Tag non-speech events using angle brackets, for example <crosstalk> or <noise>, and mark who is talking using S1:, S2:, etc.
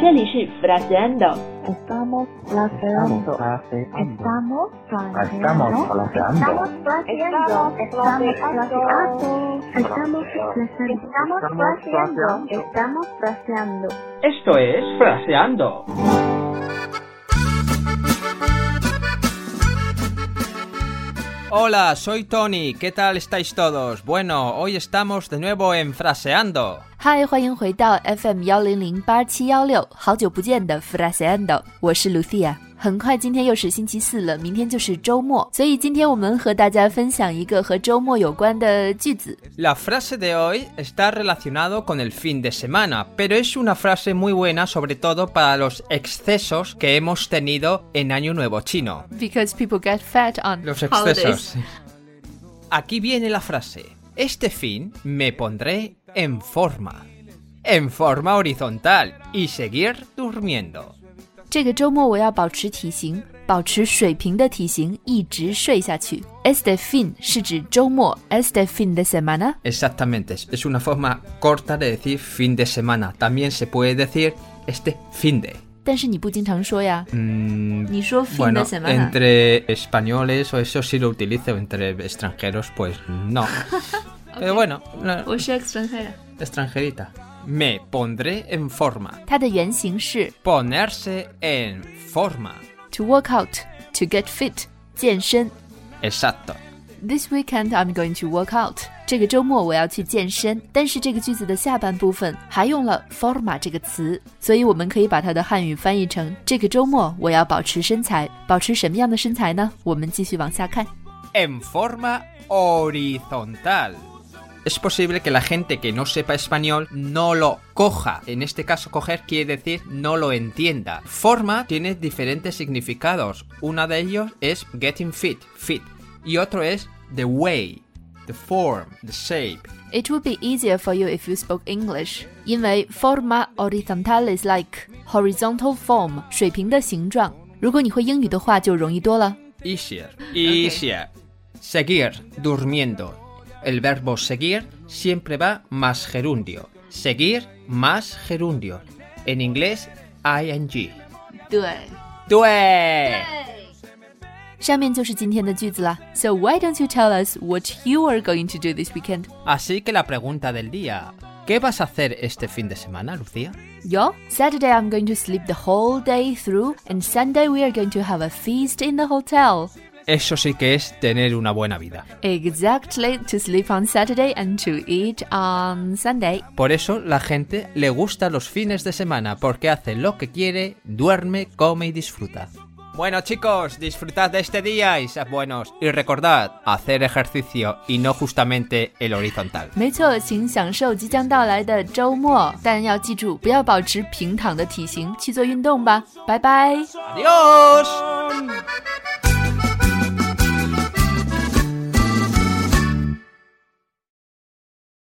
S1: 这里是 fraseando。
S2: Estamos
S3: Estamos
S2: placeando.
S3: fraseando.
S2: Estamos
S3: Estamos
S2: placeando.
S3: fraseando.
S2: placeando. Estamos placeando. Estamos placeando.
S3: Estamos placeando.
S2: Estamos placeando.
S4: Esto es Fraseando. Hola, soy Tony. ¿Qué tal estáis todos? Bueno, hoy estamos de nuevo en Fraseando.
S5: 嗨，欢迎回到 FM 幺零零八七幺六，好久不见的 Fraseando，我是 Lucia。很快，今天又是星期四了，明天就是周末，所以今天我们和大家分享一个和周末有关的句子。
S4: La frase de hoy está relacionado con el fin de semana, pero es una frase muy buena sobre todo para los excesos que hemos tenido en Año Nuevo Chino.
S5: Because people get fat on
S4: Los excesos. Aquí viene la frase. Este fin me pondré en forma. En forma horizontal y seguir durmiendo.
S5: 这个周末我要保持体型，保持水平的体型，一直睡下去。Este fin 是指周末，Este fin de semana
S4: Exactamente, es- es una forma corta de decir fin de semana. También se puede decir este fin de.
S5: 但是你不经常说呀，
S4: Mm,
S5: 你说 fin
S4: bueno,
S5: de semana。 <laughs>
S4: entre españoles o eso sí lo utilizo, entre extranjeros pues
S5: <laughs>
S4: no. Pero bueno, no,
S5: 是 extranjero。
S4: extranjerita. Me pondré en forma.
S5: 它的原型是
S4: Ponerse en forma.
S5: to work out, to get fit，健身。
S4: Exacto.
S5: This weekend I'm going to work out。这个周末我要去健身。但是这个句子的下半部分还用了 forma 这个词，所以我们可以把它的汉语翻译成：这个周末我要保持身材。保持什么样的身材呢？我们继续往下看。
S4: En forma horizontal. Es posible que la gente que no sepa español no lo coja. En este caso, coger quiere decir no lo entienda. Forma tiene diferentes significados. Uno de ellos es getting fit, fit. Y otro es the way, the form, the shape.
S5: It would be easier for you if you spoke English，因为 forma horizontal is like horizontal form，水平的形状。如果你会英语的话，就容易多了。
S4: Easier. Easier. Seguir durmiendo. El verbo seguir siempre va más gerundio. Seguir más gerundio. En inglés, ing.
S5: 对。
S4: ¡Due!
S5: 上面就是今天的句子啦。So why don't you tell us what you are going to do this weekend?
S4: Así que la pregunta del día. ¿Qué vas a hacer este fin de semana, Lucía?
S5: Yo, Saturday I'm going to sleep the whole day through, and Sunday we are going to have a feast in the hotel.
S4: Eso sí que es tener una buena vida.
S5: Exactly, to sleep on Saturday and to eat on Sunday.
S4: Por eso la gente le gusta los fines de semana, porque hace lo que quiere, duerme, come y disfruta. Bueno chicos, disfrutad de este día y sed buenos. Y recordad, hacer ejercicio y no justamente el horizontal.
S5: 没错，请享受即将到来的周末，但要记住不要保持平躺的体型，去做运动吧。拜拜。
S4: ¡Adiós!